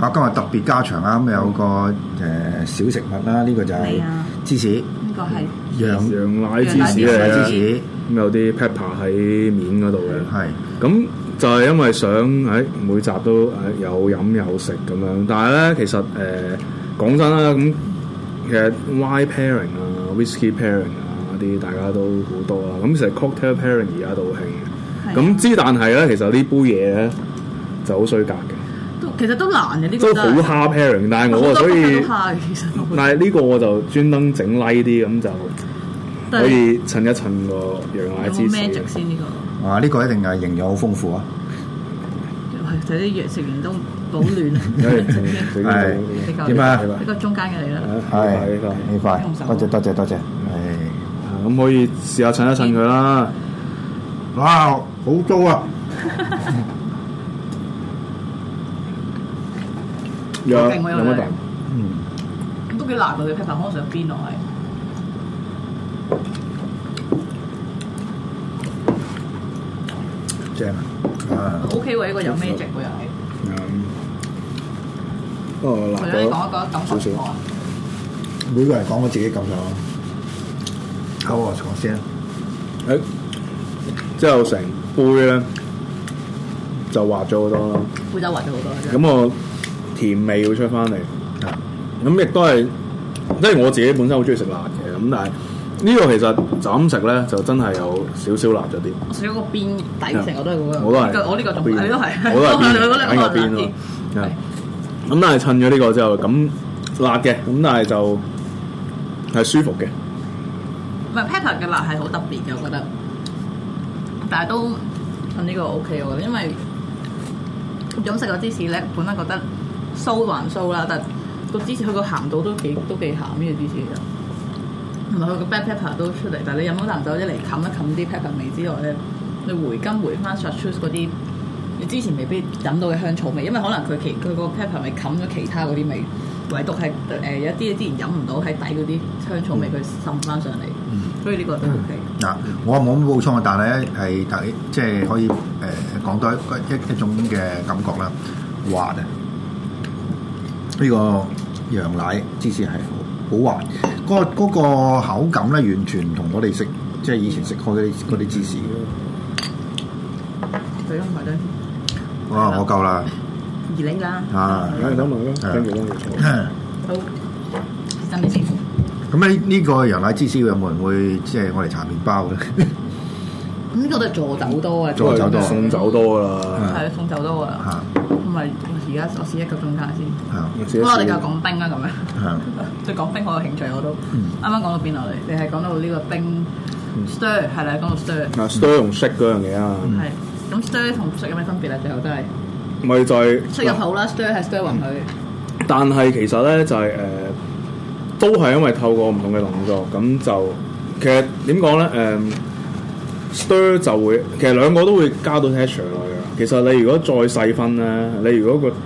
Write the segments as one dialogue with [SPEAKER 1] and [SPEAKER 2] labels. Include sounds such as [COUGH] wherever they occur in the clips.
[SPEAKER 1] 啊，今日特別加長啊，咁有個誒、呃小食物啦，呢、個就係
[SPEAKER 2] 係啊
[SPEAKER 1] 芝士
[SPEAKER 2] 呢個係
[SPEAKER 1] 羊
[SPEAKER 3] 羊奶芝士啊
[SPEAKER 2] 羊
[SPEAKER 3] 嚟
[SPEAKER 2] 奶
[SPEAKER 1] 芝
[SPEAKER 3] 嘅，
[SPEAKER 1] 士，
[SPEAKER 3] 咁有啲 pepper 喺面嗰度嘅。
[SPEAKER 1] 係
[SPEAKER 3] 咁就係因為想誒、哎每集都誒、哎有飲有食咁樣，但係咧其實誒呃講、真啦，咁其實 wine pairing 啊、whisky pairing 啊嗰啲大家都好多啦。咁其實 cocktail pairing 而家都好興嘅。咁之但係咧，其實呢杯嘢咧就好衰格嘅，
[SPEAKER 4] 都其實都難嘅呢個
[SPEAKER 3] 都好
[SPEAKER 4] 真係
[SPEAKER 3] 蝦 pairing，但係
[SPEAKER 4] 好
[SPEAKER 3] 我啊
[SPEAKER 4] 多
[SPEAKER 3] 所以
[SPEAKER 4] 都。蝦嘅其實我覺得
[SPEAKER 3] 但係呢個我就專登整 light 啲，咁就
[SPEAKER 4] 但
[SPEAKER 3] 可
[SPEAKER 4] 係
[SPEAKER 3] 以襯一襯個羊奶
[SPEAKER 4] 有
[SPEAKER 3] 芝
[SPEAKER 4] 冇
[SPEAKER 3] 士
[SPEAKER 4] magic
[SPEAKER 3] 嘅。
[SPEAKER 4] 先呢個？
[SPEAKER 1] 哇！呢、個一定係營養好豐富啊！
[SPEAKER 4] 係睇啲藥食完都保暖啊！
[SPEAKER 1] 係
[SPEAKER 4] 比較
[SPEAKER 1] 點啊？
[SPEAKER 4] 呢個中間嘅嚟啦，
[SPEAKER 1] 係
[SPEAKER 3] 係
[SPEAKER 1] 呢
[SPEAKER 2] 啊
[SPEAKER 1] 塊，多謝多謝多謝。係
[SPEAKER 3] 咁可以試下襯一襯佢啦。
[SPEAKER 1] 哇，好糟啊！
[SPEAKER 3] 有
[SPEAKER 4] 勁喎有
[SPEAKER 3] 有一
[SPEAKER 4] 兩
[SPEAKER 3] 啖？
[SPEAKER 4] 都幾辣嘅 pepper 可想邊落係。
[SPEAKER 1] 正啊！
[SPEAKER 4] O K 喎，呢個有 magic 喎又係。
[SPEAKER 3] 嗯哦，
[SPEAKER 4] 或
[SPEAKER 3] 辣
[SPEAKER 4] 者你
[SPEAKER 3] 咗
[SPEAKER 4] 講一講感受
[SPEAKER 3] 少
[SPEAKER 4] 唔
[SPEAKER 3] 少
[SPEAKER 4] 好啊
[SPEAKER 1] 每個人講我自己感受啊。好，我講先啊。
[SPEAKER 3] 誒，之後成杯咧就滑咗好多啦。
[SPEAKER 4] 背脊滑咗好多真係。
[SPEAKER 3] 咁我甜味會出翻嚟。
[SPEAKER 1] 啊
[SPEAKER 3] 咁亦都係，即係我自己本身好中意食辣嘅，咁但係呢個其實就咁食咧，就真係有少少辣咗啲。
[SPEAKER 4] 我食咗個邊底成個都係嗰個。
[SPEAKER 3] 我都係
[SPEAKER 4] 呢個我呢個仲
[SPEAKER 3] 邊
[SPEAKER 4] 係都係。
[SPEAKER 3] 我都係邊
[SPEAKER 4] 我呢個
[SPEAKER 3] 揀個邊咯
[SPEAKER 4] 辣
[SPEAKER 3] 係
[SPEAKER 4] 啲
[SPEAKER 3] 咁但係趁咗呢個之後，咁辣嘅，咁但係就係舒服嘅。
[SPEAKER 4] 唔係 pepper 嘅辣係好特別嘅，我覺得，但係都襯呢個 OK 我覺得，因為飲食個芝士咧，本身覺得酥還酥啦，但個芝士佢個鹹度都幾都幾鹹呢個芝士其實。同埋佢個 black pepper 都出嚟，但係你飲咗啖酒一嚟冚一冚啲 pepper 味之外咧，你回甘回翻 chartreuse 嗰啲，你之前未必飲到嘅香草味，因為可能佢其佢個 pepper 味冚咗其他嗰啲味，唯獨係誒、呃有一啲之前飲唔到喺底嗰啲香草味，佢滲翻上嚟，所以呢個都 OK。
[SPEAKER 1] 嗱，我冇乜補充啊，但係咧係特即係可以誒講多一一一種嘅感覺啦，滑啊！呢個羊奶芝士係好好滑，嗰、個嗰個口感咧完全唔同我哋食即係以前食開嗰啲嗰啲芝士。
[SPEAKER 4] 佢因為咧
[SPEAKER 1] 哇！我夠啦
[SPEAKER 4] 二零啦，
[SPEAKER 1] 啊！
[SPEAKER 3] 等埋啦，跟住跟住
[SPEAKER 4] 好，真係先。
[SPEAKER 1] 咁呢呢個羊奶芝士有冇人會即係我哋搽麵包嘅？ [LAUGHS]
[SPEAKER 4] 咁呢個都係助酒多啊，
[SPEAKER 1] 助酒多
[SPEAKER 3] 送酒多啦。
[SPEAKER 4] 係啊送酒多啊，
[SPEAKER 1] 嚇
[SPEAKER 4] 唔係而家我試一個中間先。
[SPEAKER 1] 嚇
[SPEAKER 3] 試一
[SPEAKER 4] 好啦我哋繼續
[SPEAKER 3] 試
[SPEAKER 4] 講冰啊啦，咁樣。 [LAUGHS]
[SPEAKER 1] 嚇！
[SPEAKER 4] 對講冰好有興趣，我都啱啱講到邊落嚟？你係講到呢個冰 stir 係啦，講到 stir
[SPEAKER 3] 啊，stir 同 shake 嗰樣嘢啊，
[SPEAKER 1] 嗯
[SPEAKER 4] 係咁 stir 同 shake 有咩分別咧？最後都係
[SPEAKER 3] 咪就係
[SPEAKER 4] shake 入口啦，stir 係 stir 勻佢，
[SPEAKER 3] 嗯但係其實咧就係、誒、都係因為透過唔同嘅動作，咁就其實點講咧？誒、stir 就會其實兩個都會加到 texture 落去㗎。其實你如果再細分咧，你如果個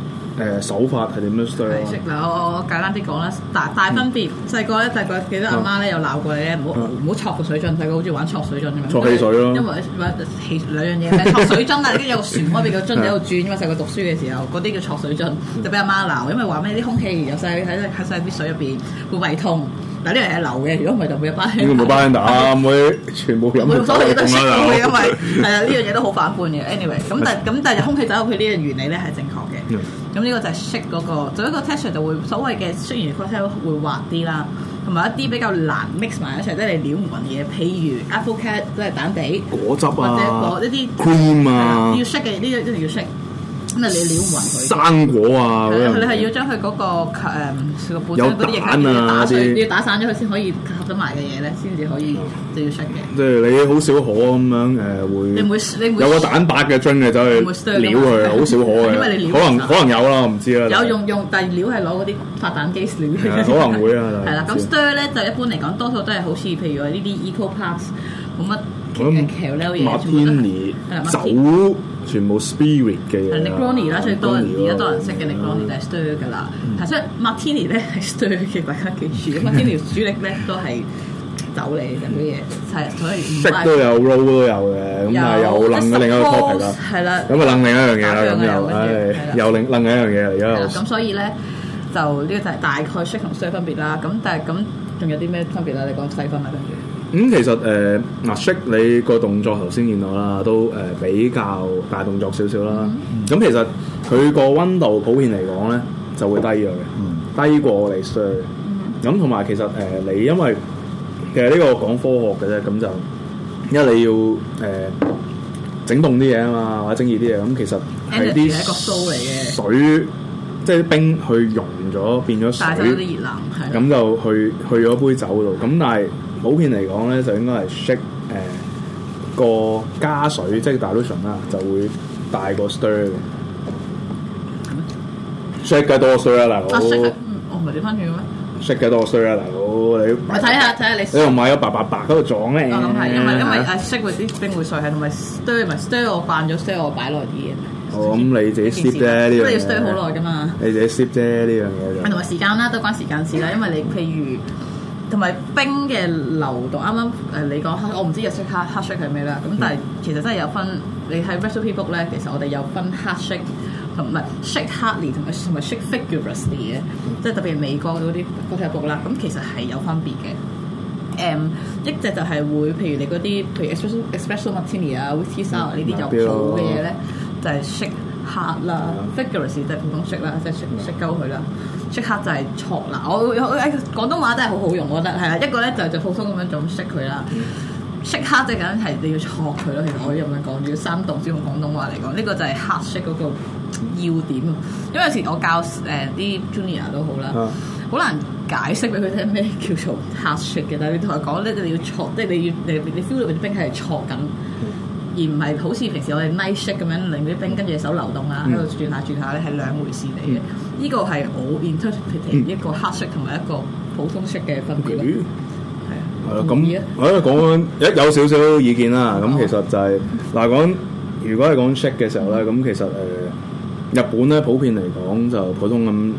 [SPEAKER 3] 誒、手法係點樣 stir 啊
[SPEAKER 4] 係
[SPEAKER 3] 呢
[SPEAKER 4] shake 啦。我我簡單啲講啦，大
[SPEAKER 3] 嗯
[SPEAKER 4] 大分別。細個咧，細個記得阿媽咧有鬧過你咧，唔好
[SPEAKER 3] 嗯
[SPEAKER 4] 唔好戳個水樽，細個好中意玩戳水樽咁樣。
[SPEAKER 3] 戳汽水咯
[SPEAKER 4] 因為氣兩樣嘢咧，戳水樽啊，跟住有個旋開俾個樽喺度轉，因為細個讀書嘅時候，嗰啲叫戳水樽，
[SPEAKER 3] 嗯
[SPEAKER 4] 就俾阿媽鬧，因為話咩啲空氣有晒喺喺曬啲水入邊會胃痛。嗱呢樣嘢流嘅，如果唔係就會有班
[SPEAKER 3] 個冇班人打，唔會全部飲
[SPEAKER 4] 冇
[SPEAKER 3] 到
[SPEAKER 4] 所謂都
[SPEAKER 3] 咁
[SPEAKER 4] 識
[SPEAKER 3] 樣
[SPEAKER 4] 到嘅，因
[SPEAKER 3] 啦
[SPEAKER 4] 為係啊呢樣嘢都好反叛嘅。anyway，咁但咁但係空氣走入去呢個原理咧係正確嘅。咁呢個就係 shake 嗰、個，就一個 texture 就會所謂嘅 shake 完 cocktail 會滑啲啦，同埋一啲比較難 mix 埋一齊，即係你撩唔勻嘅嘢，譬如 apple cat 即係蛋地，
[SPEAKER 3] 果汁
[SPEAKER 4] 或者
[SPEAKER 3] 啊
[SPEAKER 4] 嗰一啲
[SPEAKER 3] cream
[SPEAKER 4] 係啦
[SPEAKER 3] 啊
[SPEAKER 4] 要 shake 嘅呢個一定要 shake，咁啊你撩唔勻佢。
[SPEAKER 3] 生果啊
[SPEAKER 4] 係
[SPEAKER 3] 嗰
[SPEAKER 4] 啦
[SPEAKER 3] 樣
[SPEAKER 4] 你係
[SPEAKER 3] 嘢
[SPEAKER 4] 要將佢嗰個誒個本
[SPEAKER 3] 有
[SPEAKER 4] 身嗰啲液
[SPEAKER 3] 蛋啊
[SPEAKER 4] 打碎
[SPEAKER 3] 啲
[SPEAKER 4] 要打散咗佢先可以合得埋嘅嘢咧，先至可以就要 shake 嘅。
[SPEAKER 3] 即係你好少可咁樣
[SPEAKER 4] 你
[SPEAKER 3] 誒
[SPEAKER 4] 唔
[SPEAKER 3] 會
[SPEAKER 4] 會你唔會
[SPEAKER 3] 有個蛋白嘅樽嘅走
[SPEAKER 4] 你唔會
[SPEAKER 3] 去
[SPEAKER 4] stir
[SPEAKER 3] 撩佢，
[SPEAKER 4] 㗎嘛
[SPEAKER 3] 好少可嘅，
[SPEAKER 4] [LAUGHS] 因為你撩
[SPEAKER 3] 可能
[SPEAKER 4] 唔晒
[SPEAKER 3] 可能有啦，我唔知啊啦。
[SPEAKER 4] 有用用，但係料係攞嗰啲發蛋機料
[SPEAKER 3] 係啊可能會啊
[SPEAKER 4] 係啦，
[SPEAKER 3] 但係唔
[SPEAKER 4] 咁
[SPEAKER 3] 知
[SPEAKER 4] stir 咧就一般嚟講，多數都係好似譬如話呢啲 eco parts 冇
[SPEAKER 3] 我
[SPEAKER 4] 乜
[SPEAKER 3] 諗
[SPEAKER 4] 橋溜嘢，全部都係
[SPEAKER 3] Martini
[SPEAKER 4] 係啦
[SPEAKER 3] 酒全部 spirit 嘅嘢啊。
[SPEAKER 4] 係 Negroni 啦，最多人
[SPEAKER 3] Negroni 哦
[SPEAKER 4] 而
[SPEAKER 3] 啦
[SPEAKER 4] 家多人識嘅 Negroni 就係 stir 㗎啦。係所以 Martini 咧係 [LAUGHS] stir 嘅，大家記住。Martini 主力咧都係酒嚟嘅啲嘢，係所以唔
[SPEAKER 3] 色
[SPEAKER 4] 係
[SPEAKER 3] 都有，roll 都有嘅，咁但係又楞咗另一個 topic 啦。
[SPEAKER 4] 係啦。
[SPEAKER 3] 咁啊，楞另一樣嘢啦，咁又
[SPEAKER 4] 打仗啊又跟住係
[SPEAKER 3] 唉
[SPEAKER 4] 啦，
[SPEAKER 3] 又另另一樣嘢啦，而家
[SPEAKER 4] 係啦啊
[SPEAKER 3] 又
[SPEAKER 4] 咁所以咧就呢個就係大概 shake 同 stir 分別啦。咁但係咁仲有啲咩分別咧？啊你講細分啦，跟住。
[SPEAKER 3] 咁、其實誒嗱、shake 你個動作頭先見到啦，都誒、比較大動作少少啦。
[SPEAKER 4] 嗯
[SPEAKER 3] 咁、其實佢個温度普遍嚟講咧就會低咗嘅，
[SPEAKER 4] 嗯
[SPEAKER 3] 低過我哋 stir 嘅。咁同埋其實誒、呃你因為其實呢個講科學嘅啫，咁就因為你要誒、整凍啲嘢啊嘛，或者整熱啲嘢，咁其實係
[SPEAKER 4] Energy 係一個
[SPEAKER 3] 啲
[SPEAKER 4] flow 嚟嘅
[SPEAKER 3] 水，即係啲冰去溶咗變咗
[SPEAKER 4] 但係就有
[SPEAKER 3] 水。
[SPEAKER 4] 啲熱冷，係啦啊
[SPEAKER 3] 咁就去去咗杯酒度。咁但係普遍嚟講咧，就應該係 shake 誒、個加水，即係 dilution 啦，就會大過 stir 嘅。shake 嘅多過 stir 啊，大佬
[SPEAKER 4] 啊 shake 啊嗯我唔係調翻轉嘅咩？
[SPEAKER 3] ！shake 嘅多過 stir 啊，大佬！你
[SPEAKER 4] 我睇下睇下你
[SPEAKER 3] 你又
[SPEAKER 4] shake，
[SPEAKER 3] 買咗白白白嗰度撞咧？
[SPEAKER 4] 我諗係因為因為
[SPEAKER 3] 係啊
[SPEAKER 4] 啊 shake 嗰啲冰會碎係同埋 stir 咪 stir 我慣咗 stir 我擺耐啲嘅。
[SPEAKER 3] 哦咁你自己 sip 啫呢
[SPEAKER 4] 因
[SPEAKER 3] 樣
[SPEAKER 4] 為
[SPEAKER 3] 嘢
[SPEAKER 4] 要 stir 好耐㗎嘛。
[SPEAKER 3] 你自己 sip 啫呢樣嘢
[SPEAKER 4] 同
[SPEAKER 3] 就
[SPEAKER 4] 埋時間啦，都關時間事啦，因為你譬如同埋冰嘅流動，啱啱誒你講黑，我唔知日式黑黑 shake 係咩啦，咁但係其實真係有分，你喺 recipe book 咧，其實我哋有分黑 shake 同埋 shake hardly 同埋同埋 shake vigorously 嘅，即係特別係美國嗰啲 cocktail book 啦，咁其實係有分別嘅。誒、一隻就係會，譬如你嗰啲，譬如 espresso espresso martini 啊、whisky sour 呢啲有泡嘅嘢咧，就係 shake hard 啦，vigorous 就係普通 shake 啦，即係 shake shake 鳩佢啦，shake hard 就係挫啦。我我我誒廣東話真係好好用，我覺得係啦。一個咧就就普通咁樣就咁 shake 佢啦。shake hard 即係梗係你要挫佢咯，其實我可以咁樣講，要生動先用廣東話嚟講，呢、個就係 hard shake 嗰個要點啊。因為有時我教誒啲 junior 都好啦。
[SPEAKER 3] 啊
[SPEAKER 4] 好難解釋俾佢聽咩叫做 hard shake 嘅，但係你同佢講咧，你要挫，即係你要你你 feel 到啲冰係挫緊，而唔係好似平時我哋 night shake 咁樣令啲冰跟住手流動啊，喺度轉下轉下咧係兩回事嚟嘅。呢個係我 interpret 一個 hard shake 同埋一個普通 shake 嘅分別
[SPEAKER 3] 咦
[SPEAKER 4] 咯。係啊
[SPEAKER 3] 係啦，
[SPEAKER 4] 同意
[SPEAKER 3] 咁
[SPEAKER 4] 啊
[SPEAKER 3] 我喺度講緊一有少少意見啦。咁其實就係嗱講，如果係講 shake 嘅時候咧，咁其實誒呃日本咧普遍嚟講就普通咁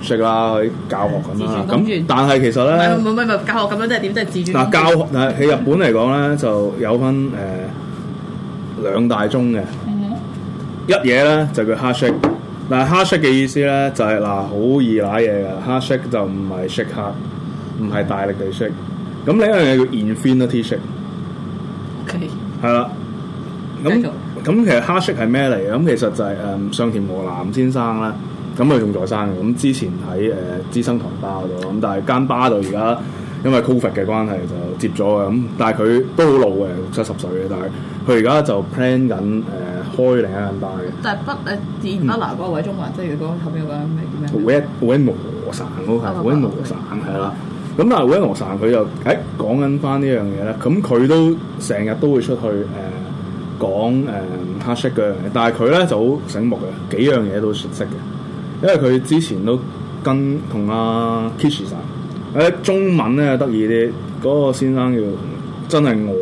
[SPEAKER 3] shake 啦，喺教學咁啦。
[SPEAKER 4] 自轉公
[SPEAKER 3] 咁
[SPEAKER 4] 轉
[SPEAKER 3] 但係其實
[SPEAKER 4] 唔係
[SPEAKER 3] 咧
[SPEAKER 4] 唔係唔係唔係教學咁樣即係點？即係自主
[SPEAKER 3] 呃嗱教學嗱喺日本嚟講咧就有分誒兩大宗嘅，一嘢咧就叫 hard shake。但係 hard shake 嘅意思咧就係嗱好易揦嘢嘅 hard shake 就唔係 shake hard，唔係大力地 shake。咁另一樣嘢叫 infinity shake。
[SPEAKER 4] OK
[SPEAKER 3] 係啦。咁
[SPEAKER 4] 繼續
[SPEAKER 3] 咁其實 hard shake 係咩嚟嘅？咁其實就係、誒、上田和男先生啦，咁佢仲在生嘅。咁之前喺誒、呃資生堂巴嗰度，咁但係間巴度而家因為 Covid 嘅關係就接咗嘅。咁但係佢都好老嘅，六七十歲嘅，但係佢而家就 plan 緊誒、呃開另一間巴嘅。
[SPEAKER 4] 但係不誒自然不拿嗰個位中環，即係如果後邊嗰個咩叫咩？
[SPEAKER 3] 維一維一羅省嗰個係
[SPEAKER 4] 啊
[SPEAKER 3] 維一羅省係啦。咁但係維一羅省佢就誒講緊翻呢樣嘢咧，咁佢都成日都會出去誒、講誒 h a s h 嘅樣嘢，但係佢咧就好醒目嘅，幾樣嘢都識嘅，因為佢之前都跟同阿 Kishi 生誒中文咧得意啲，嗰、個先生叫真係戇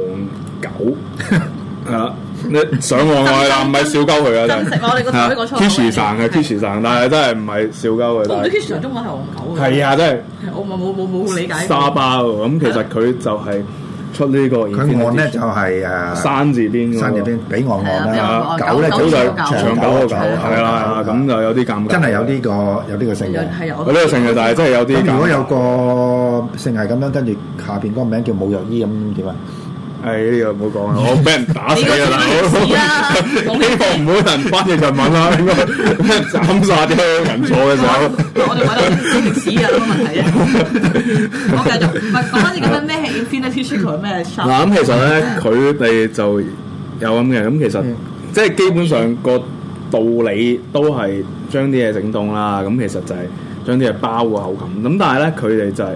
[SPEAKER 3] 狗 [LAUGHS] 係啦。你上岸我係啦，唔係笑鳩佢啊！真
[SPEAKER 4] 真係我哋個台講錯咗
[SPEAKER 3] Kishi 省嘅 Kishi 省，但係真係唔係笑鳩佢。
[SPEAKER 4] 我唔知
[SPEAKER 3] 但
[SPEAKER 4] k i s 中文係戇狗嘅，
[SPEAKER 3] 係啊，真
[SPEAKER 4] 我冇冇冇冇理
[SPEAKER 3] 係
[SPEAKER 4] 解
[SPEAKER 3] 沙
[SPEAKER 4] 過。
[SPEAKER 3] 包喎咁。其實佢就係出呢個
[SPEAKER 1] 佢岸咧
[SPEAKER 3] Infinity
[SPEAKER 1] 就係誒
[SPEAKER 3] 山字邊嗰個
[SPEAKER 1] 山入邊，比岸岸
[SPEAKER 4] 係
[SPEAKER 1] 啦
[SPEAKER 4] 啊，
[SPEAKER 1] 狗咧
[SPEAKER 4] 比
[SPEAKER 1] 就
[SPEAKER 4] 岸
[SPEAKER 3] 狗就
[SPEAKER 4] 係
[SPEAKER 1] 長
[SPEAKER 3] 長
[SPEAKER 4] 狗
[SPEAKER 3] 久
[SPEAKER 1] 狗
[SPEAKER 3] 嘅狗，係啦，咁就有啲尷尬。
[SPEAKER 1] 啊真係有呢個有呢個性
[SPEAKER 4] 有
[SPEAKER 1] 嘅。
[SPEAKER 4] 係有啊
[SPEAKER 3] 有呢個性嘅，但係真係有啲尷尬。
[SPEAKER 1] 咁如果有個姓係咁樣，跟住下邊嗰個名叫武若依咁點啊？
[SPEAKER 3] 誒、誒呢個唔好講啦，我俾人打死㗎啦！
[SPEAKER 4] 你個事啊啦
[SPEAKER 3] 我 [LAUGHS] 希望唔好有人翻譯日文啦，
[SPEAKER 4] [LAUGHS]
[SPEAKER 3] 應該俾人斬殺啲香港人坐嘅時候。
[SPEAKER 4] 我哋揾到歷史有乜問題啊？
[SPEAKER 3] [LAUGHS]
[SPEAKER 4] 我繼續，唔係講翻你咁樣咩係 Infinity c h i c k e 咩 s h a r
[SPEAKER 3] 嗱咁其實咧，佢哋就有咁嘅，咁其實即係基本上個道理都係將啲嘢整凍啦，咁其實就係將啲嘢包個口感。咁但係咧，佢哋就係誒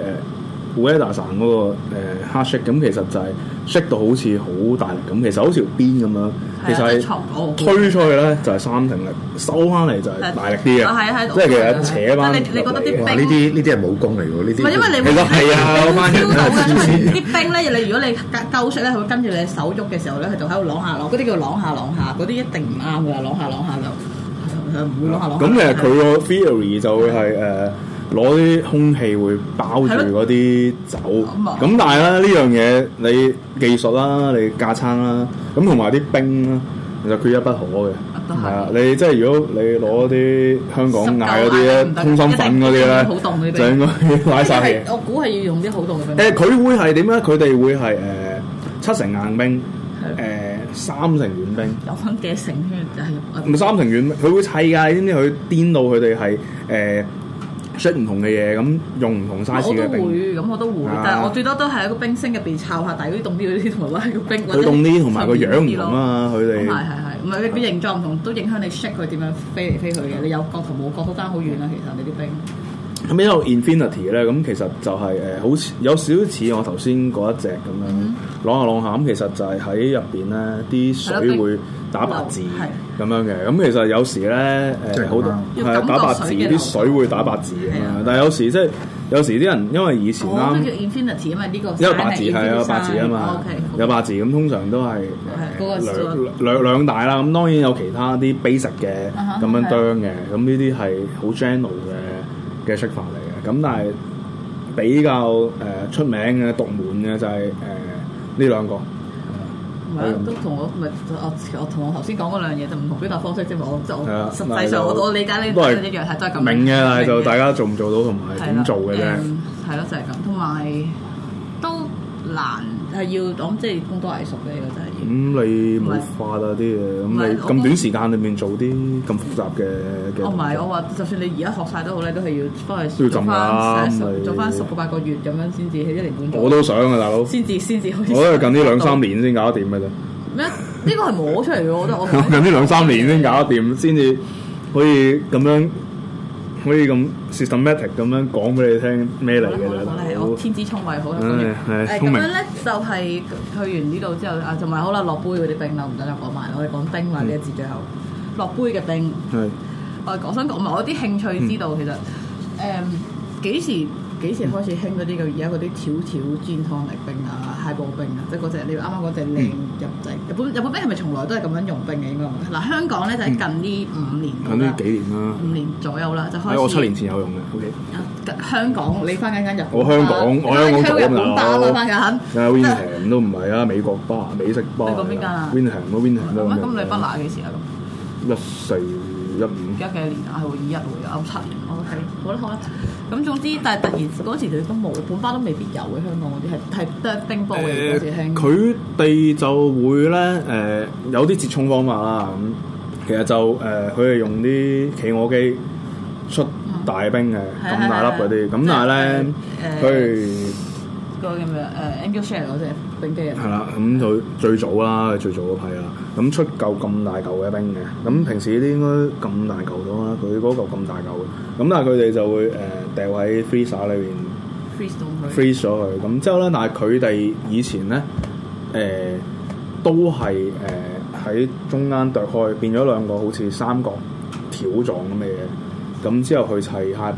[SPEAKER 3] w e d a 神嗰個誒 hard shake，咁其實就係 shake 到好似好大力咁，其實好似條邊咁樣，
[SPEAKER 4] 啊
[SPEAKER 3] 其實係
[SPEAKER 4] 錯唔到。
[SPEAKER 3] 推出去咧就係三成力，收翻嚟就係大力啲嘅，
[SPEAKER 4] 啊係啊係啊
[SPEAKER 3] 即係其實扯翻
[SPEAKER 4] 但係你你覺得
[SPEAKER 3] 入嚟
[SPEAKER 4] 啲
[SPEAKER 3] 嘅
[SPEAKER 1] 哇！呢啲呢啲係武功嚟喎，呢啲
[SPEAKER 4] 唔係因為你
[SPEAKER 3] 其實係啊
[SPEAKER 4] 你會
[SPEAKER 3] 我班人
[SPEAKER 4] 你會 feel 到嘅，因
[SPEAKER 1] 黐線
[SPEAKER 4] 為啲冰咧，你如果你夠熟咧，佢會跟住你手喐嘅時候咧，佢就喺度啷下啷，嗰啲叫啷下啷下，嗰啲一定唔啱嘅，啷下啷下就佢唔會啷下啷下。
[SPEAKER 3] 咁誒，佢個 theory 就會係誒攞啲空氣會包住嗰啲酒，
[SPEAKER 4] 咁啊
[SPEAKER 3] 咁但係咧呢樣嘢你技術啦，你架撐啦，咁同埋啲冰啦，其實缺一不可嘅。
[SPEAKER 4] 都係
[SPEAKER 3] 係啊，你即係如果你攞啲香港嗌嗰啲咧
[SPEAKER 4] 濕鳩嗌唔，得
[SPEAKER 3] 通心粉嗰啲咧
[SPEAKER 4] 一定好凍嘅，
[SPEAKER 3] 就應該拉晒氣。
[SPEAKER 4] 我估係要用啲好凍嘅冰。
[SPEAKER 3] [LAUGHS] 誒，佢會係點咧？佢哋會係誒呃七成硬冰，誒三成軟冰。
[SPEAKER 4] 有分幾成圈就係
[SPEAKER 3] 唔係三成軟，佢會砌㗎，你知唔知佢顛到佢哋係誒 shake 唔同嘅嘢，咁用唔同
[SPEAKER 4] 我
[SPEAKER 3] size
[SPEAKER 4] 都
[SPEAKER 3] 嘅冰，
[SPEAKER 4] 會，咁我都會
[SPEAKER 3] 啊，
[SPEAKER 4] 但係我最多都係喺個冰箱入邊摷下底嗰啲凍啲嗰啲，同埋拉個冰。
[SPEAKER 3] 佢凍啲同埋個樣唔同啊！佢
[SPEAKER 4] 係係
[SPEAKER 3] 哋
[SPEAKER 4] 係，唔係佢形狀唔同，都影響你 shake 佢點樣飛嚟飛去嘅。你有角同冇角都爭好遠啦，其實你啲冰。
[SPEAKER 3] 咁一路 infinity 咧，咁其實就係、誒、好似有少少似我頭先嗰一隻咁
[SPEAKER 4] 嗯
[SPEAKER 3] 樣啷下啷下，咁其實就係喺入邊咧
[SPEAKER 4] 係咯
[SPEAKER 3] 啲水
[SPEAKER 4] 冰
[SPEAKER 3] 會打白字
[SPEAKER 4] 係
[SPEAKER 3] 咁樣嘅，咁其實有時咧
[SPEAKER 1] 即係
[SPEAKER 3] 誒好多
[SPEAKER 4] 要感
[SPEAKER 3] 係啊
[SPEAKER 4] 覺
[SPEAKER 3] 打白字
[SPEAKER 4] 水嘅流
[SPEAKER 3] 啲水會打白字咁
[SPEAKER 4] 係啊
[SPEAKER 3] 樣，但係有時即係有時啲人因為以前哦
[SPEAKER 4] 我都
[SPEAKER 3] 啱
[SPEAKER 4] 叫。infinity 啊嘛，呢個
[SPEAKER 3] 因為八字係有八字啊嘛
[SPEAKER 4] OK，，
[SPEAKER 3] 有八字咁通常都係
[SPEAKER 4] 嗰個
[SPEAKER 3] 誒兩兩兩大啦。咁當然有其他啲 basic 嘅
[SPEAKER 4] 啊哈
[SPEAKER 3] 咁樣
[SPEAKER 4] 係
[SPEAKER 3] 啄嘅，咁呢啲係好 general 嘅嘅食法嚟嘅。咁但係比較誒出名嘅獨門嘅就係誒呢兩個。
[SPEAKER 4] 唔係都同我咪我我同我頭先講嗰兩嘢就唔同表達方式啫嘛。我即係
[SPEAKER 3] 係啊
[SPEAKER 4] 我實
[SPEAKER 3] 但係
[SPEAKER 4] 際上我
[SPEAKER 3] 就
[SPEAKER 4] 我理解你
[SPEAKER 3] 都係
[SPEAKER 4] 一樣係都係咁
[SPEAKER 3] 明嘅，但係就
[SPEAKER 4] 明嘅
[SPEAKER 3] 大家做唔做到同埋
[SPEAKER 4] 係啦
[SPEAKER 3] 點做嘅啫。
[SPEAKER 4] 嗯係咯，就係咁，同埋都難係要，我諗即係工多藝熟嘅呢個真係
[SPEAKER 3] 咁
[SPEAKER 4] 要。
[SPEAKER 3] 你
[SPEAKER 4] 唔
[SPEAKER 3] 冇
[SPEAKER 4] 係
[SPEAKER 3] 法啊啲嘢，
[SPEAKER 4] 唔
[SPEAKER 3] 咁
[SPEAKER 4] 係
[SPEAKER 3] 你
[SPEAKER 4] 我
[SPEAKER 3] 咁短時間裏面做啲咁複雜嘅嘅動作。
[SPEAKER 4] 哦我唔係，我話就算你而家學晒都好咧，都係要翻
[SPEAKER 3] 都
[SPEAKER 4] 去
[SPEAKER 3] 要
[SPEAKER 4] 做
[SPEAKER 3] 浸
[SPEAKER 4] 翻
[SPEAKER 3] 啦
[SPEAKER 4] 十
[SPEAKER 3] 你
[SPEAKER 4] 做翻十個八個月咁樣先至，一年半載
[SPEAKER 3] 我都想啊，大佬。
[SPEAKER 4] 先至先至可以。
[SPEAKER 3] 我都係近呢兩三。年先搞得掂嘅啫，
[SPEAKER 4] 咩？呢個係摸出嚟嘅，我覺得我
[SPEAKER 3] [LAUGHS] 近呢兩三年先搞得掂，先至可以咁樣，可以咁 systematic 咁樣講俾你聽咩嚟
[SPEAKER 4] 好啦
[SPEAKER 3] 嘅
[SPEAKER 4] 好啦好啦，係我
[SPEAKER 3] 啫。
[SPEAKER 4] 天資聰慧好啦。
[SPEAKER 3] 唉
[SPEAKER 4] 誒
[SPEAKER 3] 係聰
[SPEAKER 4] 咁樣
[SPEAKER 3] 明，
[SPEAKER 4] 咧就係去完呢度之後啊，同埋好啦，落杯嗰啲冰啦，唔得啦，講埋啦我哋講冰啦呢一節最後，落杯嘅冰。
[SPEAKER 3] 係
[SPEAKER 4] 我我想講埋我啲興趣知
[SPEAKER 3] 嗯
[SPEAKER 4] 道其實誒幾、時幾時開始興嗰啲嘅而家嗰啲條條煎湯力冰啊、蟹堡冰啊，即係嗰隻你啱啱嗰隻靚日仔日本日本冰係咪從來都係咁樣用冰嘅應該？嗱香港咧就係近呢五年
[SPEAKER 3] 嗯
[SPEAKER 4] 到
[SPEAKER 3] 近
[SPEAKER 4] 啦
[SPEAKER 3] 呢幾年啦，哎
[SPEAKER 4] 五年左右啦就開始。
[SPEAKER 3] 喺我七年前有用嘅。OK，
[SPEAKER 4] 香港你翻緊間日本
[SPEAKER 3] 我香港
[SPEAKER 4] 巴
[SPEAKER 3] 我香港
[SPEAKER 4] 你
[SPEAKER 3] 做
[SPEAKER 4] 日
[SPEAKER 3] 㗎
[SPEAKER 4] 本
[SPEAKER 3] 嘛
[SPEAKER 4] 巴啊嘛翻緊。
[SPEAKER 3] 有 Winham 都唔係啊，美國巴美式巴
[SPEAKER 4] 你講邊間啊
[SPEAKER 3] ？Winham 都 Winham 都
[SPEAKER 4] 咁咁你不拿幾時啊？咁
[SPEAKER 3] 一四一五
[SPEAKER 4] 而。家幾多年啊？係喎，二一喎，有七年，OK，好啦哦好啦。咁總之，但係突然嗰時佢都冇，本巴都未必有嘅。香港嗰啲係係都係冰波嘅嗰時興。
[SPEAKER 3] 呃佢哋就會咧誒、有啲折衷方法啦，咁其實就誒呃佢哋用啲企鵝機出大冰嘅
[SPEAKER 4] 係
[SPEAKER 3] 咁大粒嗰啲，
[SPEAKER 4] 啊係係
[SPEAKER 3] 咁但係咧
[SPEAKER 4] 即係誒
[SPEAKER 3] 佢哋
[SPEAKER 4] 嗰個叫咩誒 Angel Share 嗰隻冰機
[SPEAKER 3] 係
[SPEAKER 4] 啊，
[SPEAKER 3] 啦，咁佢最早啦，佢最早嗰批啦，咁出嚿咁大嚿嘅冰嘅，咁平時呢啲應該咁大嚿到啦，佢嗰嚿咁大嚿嘅，咁但係佢哋就會誒掉喺 freezer 裏邊。
[SPEAKER 4] freeze 到佢。
[SPEAKER 3] freeze 咗佢。咁之後咧，但係佢哋以前咧，誒、都係誒喺中間剁開，變咗兩個好似三角條狀咁嘅嘢。咁之後去砌 high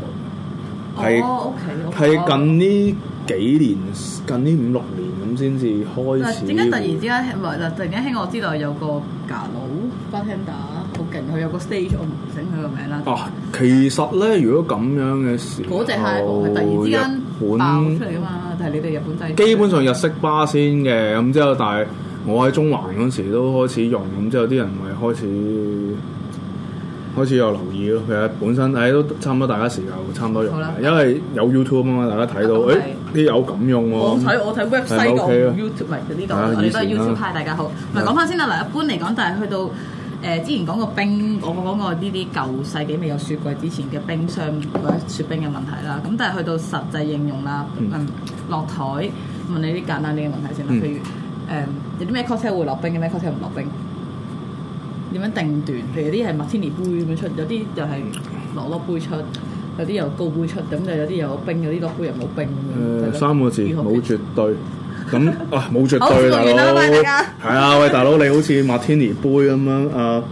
[SPEAKER 3] 係
[SPEAKER 4] 哦，OK，
[SPEAKER 3] 係近呢幾年，近呢五六年咁先至開始
[SPEAKER 4] 嗱，
[SPEAKER 3] 會。
[SPEAKER 4] 點解突然之間興唔係嗱？突然間興，我知道有個假佬 bartender 好勁，佢有個 stage，我唔醒佢個名啦。
[SPEAKER 3] 啊，其實咧，如果咁樣嘅時候，
[SPEAKER 4] 嗰隻蟹堡係突然之間
[SPEAKER 3] 日
[SPEAKER 4] 爆
[SPEAKER 3] 本
[SPEAKER 4] 出嚟噶嘛，但係你哋日本製
[SPEAKER 3] 基本上日式巴先嘅，咁之後但係我喺中環嗰時都開始用，咁之後啲人咪開始開始有留意咯。其實本身誒都差唔多大家時間，差唔多用
[SPEAKER 4] 好啦，
[SPEAKER 3] 因為有 YouTube 啊嘛，大家睇到
[SPEAKER 4] 咁
[SPEAKER 3] 誒
[SPEAKER 4] 係
[SPEAKER 3] 啲有咁用
[SPEAKER 4] 我
[SPEAKER 3] 喎。
[SPEAKER 4] 睇我睇 website
[SPEAKER 3] 係咪
[SPEAKER 4] 個
[SPEAKER 3] OK 啊
[SPEAKER 4] YouTube 唔係呢個，
[SPEAKER 3] 啊
[SPEAKER 4] 我哋都係
[SPEAKER 3] 以前啦
[SPEAKER 4] YouTube 派，大家好。唔係
[SPEAKER 3] 啊
[SPEAKER 4] 講翻先啦，嗱，一般嚟講，但係去到誒、呃之前講過冰，我講過呢啲舊世紀未有雪櫃之前嘅冰箱或者雪冰嘅問題啦。咁但係去到實際應用啦，
[SPEAKER 3] 嗯
[SPEAKER 4] 嗯，落台問你啲簡單啲嘅問題先啦，
[SPEAKER 3] 嗯
[SPEAKER 4] 譬如誒、呃有啲咩 cocktail 會落冰嘅，咩 cocktail 唔落冰？點樣定段？譬如有啲係麥天尼杯咁樣出，有啲就係攞粒杯出，有啲又高杯出，咁就有啲有冰，有啲落杯又冇冰咁
[SPEAKER 3] 誒
[SPEAKER 4] 樣。
[SPEAKER 3] 嗯三個字
[SPEAKER 4] 如何
[SPEAKER 3] 冇
[SPEAKER 4] 決
[SPEAKER 3] 絕對。
[SPEAKER 4] [LAUGHS]
[SPEAKER 3] 咁啊冇絕
[SPEAKER 4] 好
[SPEAKER 3] 對
[SPEAKER 4] 做
[SPEAKER 3] 大
[SPEAKER 4] 完啦
[SPEAKER 3] 佬，
[SPEAKER 4] 拜拜大家
[SPEAKER 3] 係啊喂大佬你好似馬天尼杯咁樣啊，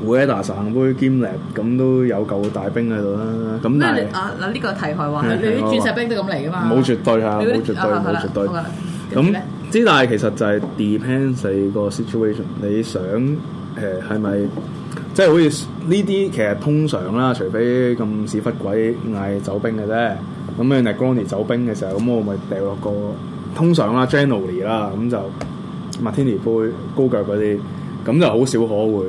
[SPEAKER 3] 胡耶達神杯兼力咁都有嚿大冰喺度啦。咁但
[SPEAKER 4] 咩
[SPEAKER 3] 係
[SPEAKER 4] 你啊嗱呢個題外話，
[SPEAKER 3] 係
[SPEAKER 4] 你啲鑽
[SPEAKER 3] 題
[SPEAKER 4] 石
[SPEAKER 3] 外話
[SPEAKER 4] 冰都咁嚟噶嘛？
[SPEAKER 3] 冇絕對係啊
[SPEAKER 4] 你嗰啲
[SPEAKER 3] 冇絕對
[SPEAKER 4] 啊好啦
[SPEAKER 3] 冇絕對
[SPEAKER 4] 好啦跟住
[SPEAKER 3] 咁
[SPEAKER 4] 咧
[SPEAKER 3] 之但係其實就係 depends 你個 situation，你想誒係咪即係好似呢啲其實通常啦，除非咁屎忽鬼嗌走冰嘅啫。咁你 Negroni 走冰嘅時候，咁我咪掉落個通常啦 g e n e r a l y 啦，咁就 Martini 杯高腳嗰啲，咁就好少可會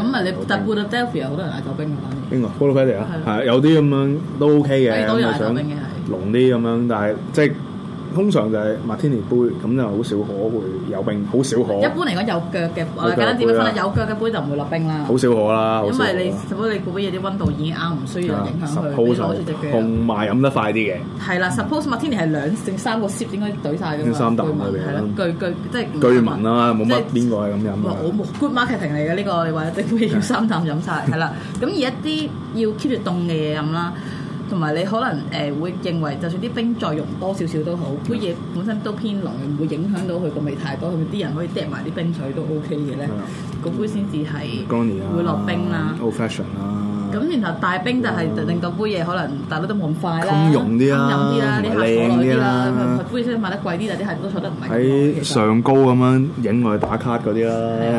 [SPEAKER 4] 咁咪你
[SPEAKER 3] 誒
[SPEAKER 4] 但
[SPEAKER 3] 有冰
[SPEAKER 4] Philadelphia 好多人嗌走冰㗎嘛？
[SPEAKER 3] 邊個 p o l o p e d i 啊，
[SPEAKER 4] 係
[SPEAKER 3] 係有啲咁樣都 OK 嘅，
[SPEAKER 4] 係都有
[SPEAKER 3] 咁就想
[SPEAKER 4] 有冰嘅係
[SPEAKER 3] 濃啲咁樣，但係即係通常就係 Martini 杯咁就好少可會有冰，好少可，
[SPEAKER 4] 一般嚟講有腳嘅，我
[SPEAKER 3] 有腳嘅
[SPEAKER 4] 哋簡單點樣分啦？
[SPEAKER 3] 杯啦
[SPEAKER 4] 有腳嘅杯就唔會落冰啦，
[SPEAKER 3] 好少可啦，好
[SPEAKER 4] 因
[SPEAKER 3] 少可啊
[SPEAKER 4] 為你
[SPEAKER 3] 啦。
[SPEAKER 4] 如果你嗰杯嘢啲温度已經啱，唔需要影響佢，你攞住隻腳。
[SPEAKER 3] 同埋飲得快啲嘅，
[SPEAKER 4] 係啦，suppose Martini 係兩定三個 sip 應該懟晒㗎嘛？
[SPEAKER 3] 三啖
[SPEAKER 4] 據
[SPEAKER 3] 裏
[SPEAKER 4] 聞
[SPEAKER 3] 邊
[SPEAKER 4] 係啦，據據即係
[SPEAKER 3] 據聞啊啦，冇乜
[SPEAKER 4] 嗯即係
[SPEAKER 3] 邊個係咁飲
[SPEAKER 4] 哇！
[SPEAKER 3] 啊
[SPEAKER 4] 我冇 good marketing 嚟嘅呢個，你話一定要三啖飲晒，
[SPEAKER 3] [LAUGHS]
[SPEAKER 4] 係啦。咁而一啲要 keep 住凍嘅嘢飲啦，同埋你可能誒、呃、會認為，就算啲冰再溶多少少都好，杯
[SPEAKER 3] 嗯
[SPEAKER 4] 嘢本身都偏濃，唔會影響到佢個味太多，佢啲人可以掟埋啲冰水都 OK 嘅咧
[SPEAKER 3] 係啊，
[SPEAKER 4] 嗰杯先至係
[SPEAKER 3] Negroni 啊，
[SPEAKER 4] 會落冰啦。
[SPEAKER 3] ，Old 啊 Fashion 啦，
[SPEAKER 4] 咁然後大冰就係令到杯嘢可能大家都冇咁快啦，
[SPEAKER 3] 襟用嗯啲啦
[SPEAKER 4] 襟飲啲啦，啲
[SPEAKER 3] 同埋
[SPEAKER 4] 客坐耐啲啦
[SPEAKER 3] 靚啲啦，
[SPEAKER 4] 咁樣杯先賣得貴啲，但係啲客都坐得唔係咁耐
[SPEAKER 3] 喺
[SPEAKER 4] 其實
[SPEAKER 3] 上高咁樣影落去打卡嗰啲
[SPEAKER 4] 係
[SPEAKER 3] 啦
[SPEAKER 4] 啊，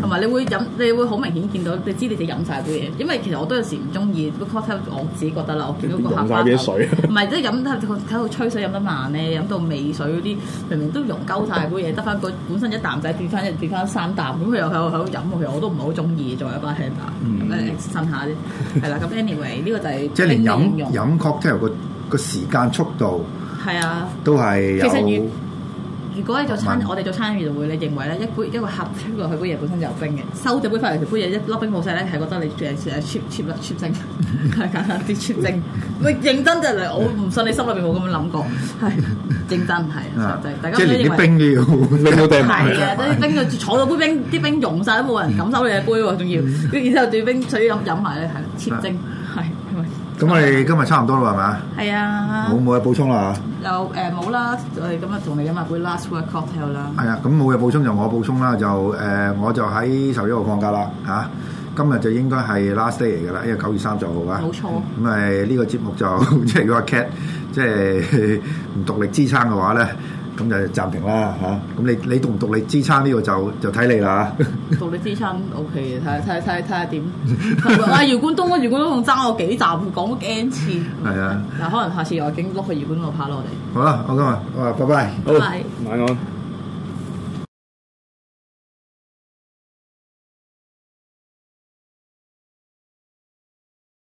[SPEAKER 4] 同埋你會飲，你會好明顯見到，你知你自己飲晒杯嘢，因為其實我都有時唔中意個 cocktail，我自己覺得啦，我見到個客
[SPEAKER 3] [LAUGHS] 飲晒啲
[SPEAKER 4] [LAUGHS]
[SPEAKER 3] 水
[SPEAKER 4] 唔係即係飲睇睇到吹水飲得慢咧，飲到尾水嗰啲，明明都溶鳩晒杯嘢，得翻個本身一啖仔變翻一變翻三啖，咁佢又喺度喺度飲，其實我都唔係好中意作為一班
[SPEAKER 3] 嗯
[SPEAKER 4] hander，咁誒呻下啲，係啦，咁 anyway 呢個就係
[SPEAKER 1] 即係連
[SPEAKER 4] 冰
[SPEAKER 1] 飲
[SPEAKER 4] 用
[SPEAKER 1] 飲 cocktail 個個時間速度
[SPEAKER 4] 係啊。
[SPEAKER 1] 都係
[SPEAKER 4] 其實
[SPEAKER 1] 有
[SPEAKER 4] 如如果你做餐，
[SPEAKER 1] 問
[SPEAKER 4] 我哋做餐員會，你認為咧一杯一個盒出過去杯嘢本身有冰嘅，收咗杯翻嚟條杯嘢一粒冰冇晒咧，係覺得你誒誒 cheap
[SPEAKER 1] [LAUGHS]
[SPEAKER 4] cheap 啦 cheap 精，係簡單啲 cheap 精。喂，認真就嚟，我唔信你心裏邊冇咁樣諗過，係認真係啊
[SPEAKER 1] 啊，
[SPEAKER 4] 實際大家
[SPEAKER 1] 即係
[SPEAKER 4] 都
[SPEAKER 1] 連
[SPEAKER 4] 認
[SPEAKER 1] 啲
[SPEAKER 4] 為。
[SPEAKER 1] 冰
[SPEAKER 4] [LAUGHS]
[SPEAKER 1] 都要
[SPEAKER 3] 冰都掟埋
[SPEAKER 4] 係啊，啲冰就坐到杯冰，啲冰溶晒都冇人敢收你嘅杯
[SPEAKER 1] [LAUGHS]
[SPEAKER 4] 喎，仲要，跟住然之後對冰水飲飲埋咧，係 cheap 精，
[SPEAKER 1] 啊
[SPEAKER 4] 係
[SPEAKER 1] 咁我哋今日差唔多啦，係咪啊？
[SPEAKER 4] 係啊
[SPEAKER 1] 冇，冇嘢補充啦嚇。
[SPEAKER 4] 又誒冇啦，我哋今日同你飲下杯 last word cocktail 啦。
[SPEAKER 1] 係啊，咁冇嘢補充就我補充啦，就誒、我就喺十一號放假啦嚇、今日就應該係 last day 嚟㗎啦，因為九月三十號啊。
[SPEAKER 4] 冇錯
[SPEAKER 1] 咁誒呢個節目就 [LAUGHS] 即係如果阿 Cat 即係唔獨力支撐嘅話咧，咁就暫停啦嚇。咁、你你獨唔獨力支撐呢個就就睇你啦嚇。
[SPEAKER 4] 獨立支撐 O K 嘅，睇下睇下睇下睇下點。 [LAUGHS] 啊，姚冠東啊，姚冠東仲爭我幾集，講咗 N 次。
[SPEAKER 1] [LAUGHS] 係啊，
[SPEAKER 4] 嗱，可能下次我已經碌去姚冠東度拍落嚟。
[SPEAKER 1] 好啦，好今日，好啊，拜拜。
[SPEAKER 3] 好，
[SPEAKER 4] 拜拜
[SPEAKER 3] 晚安。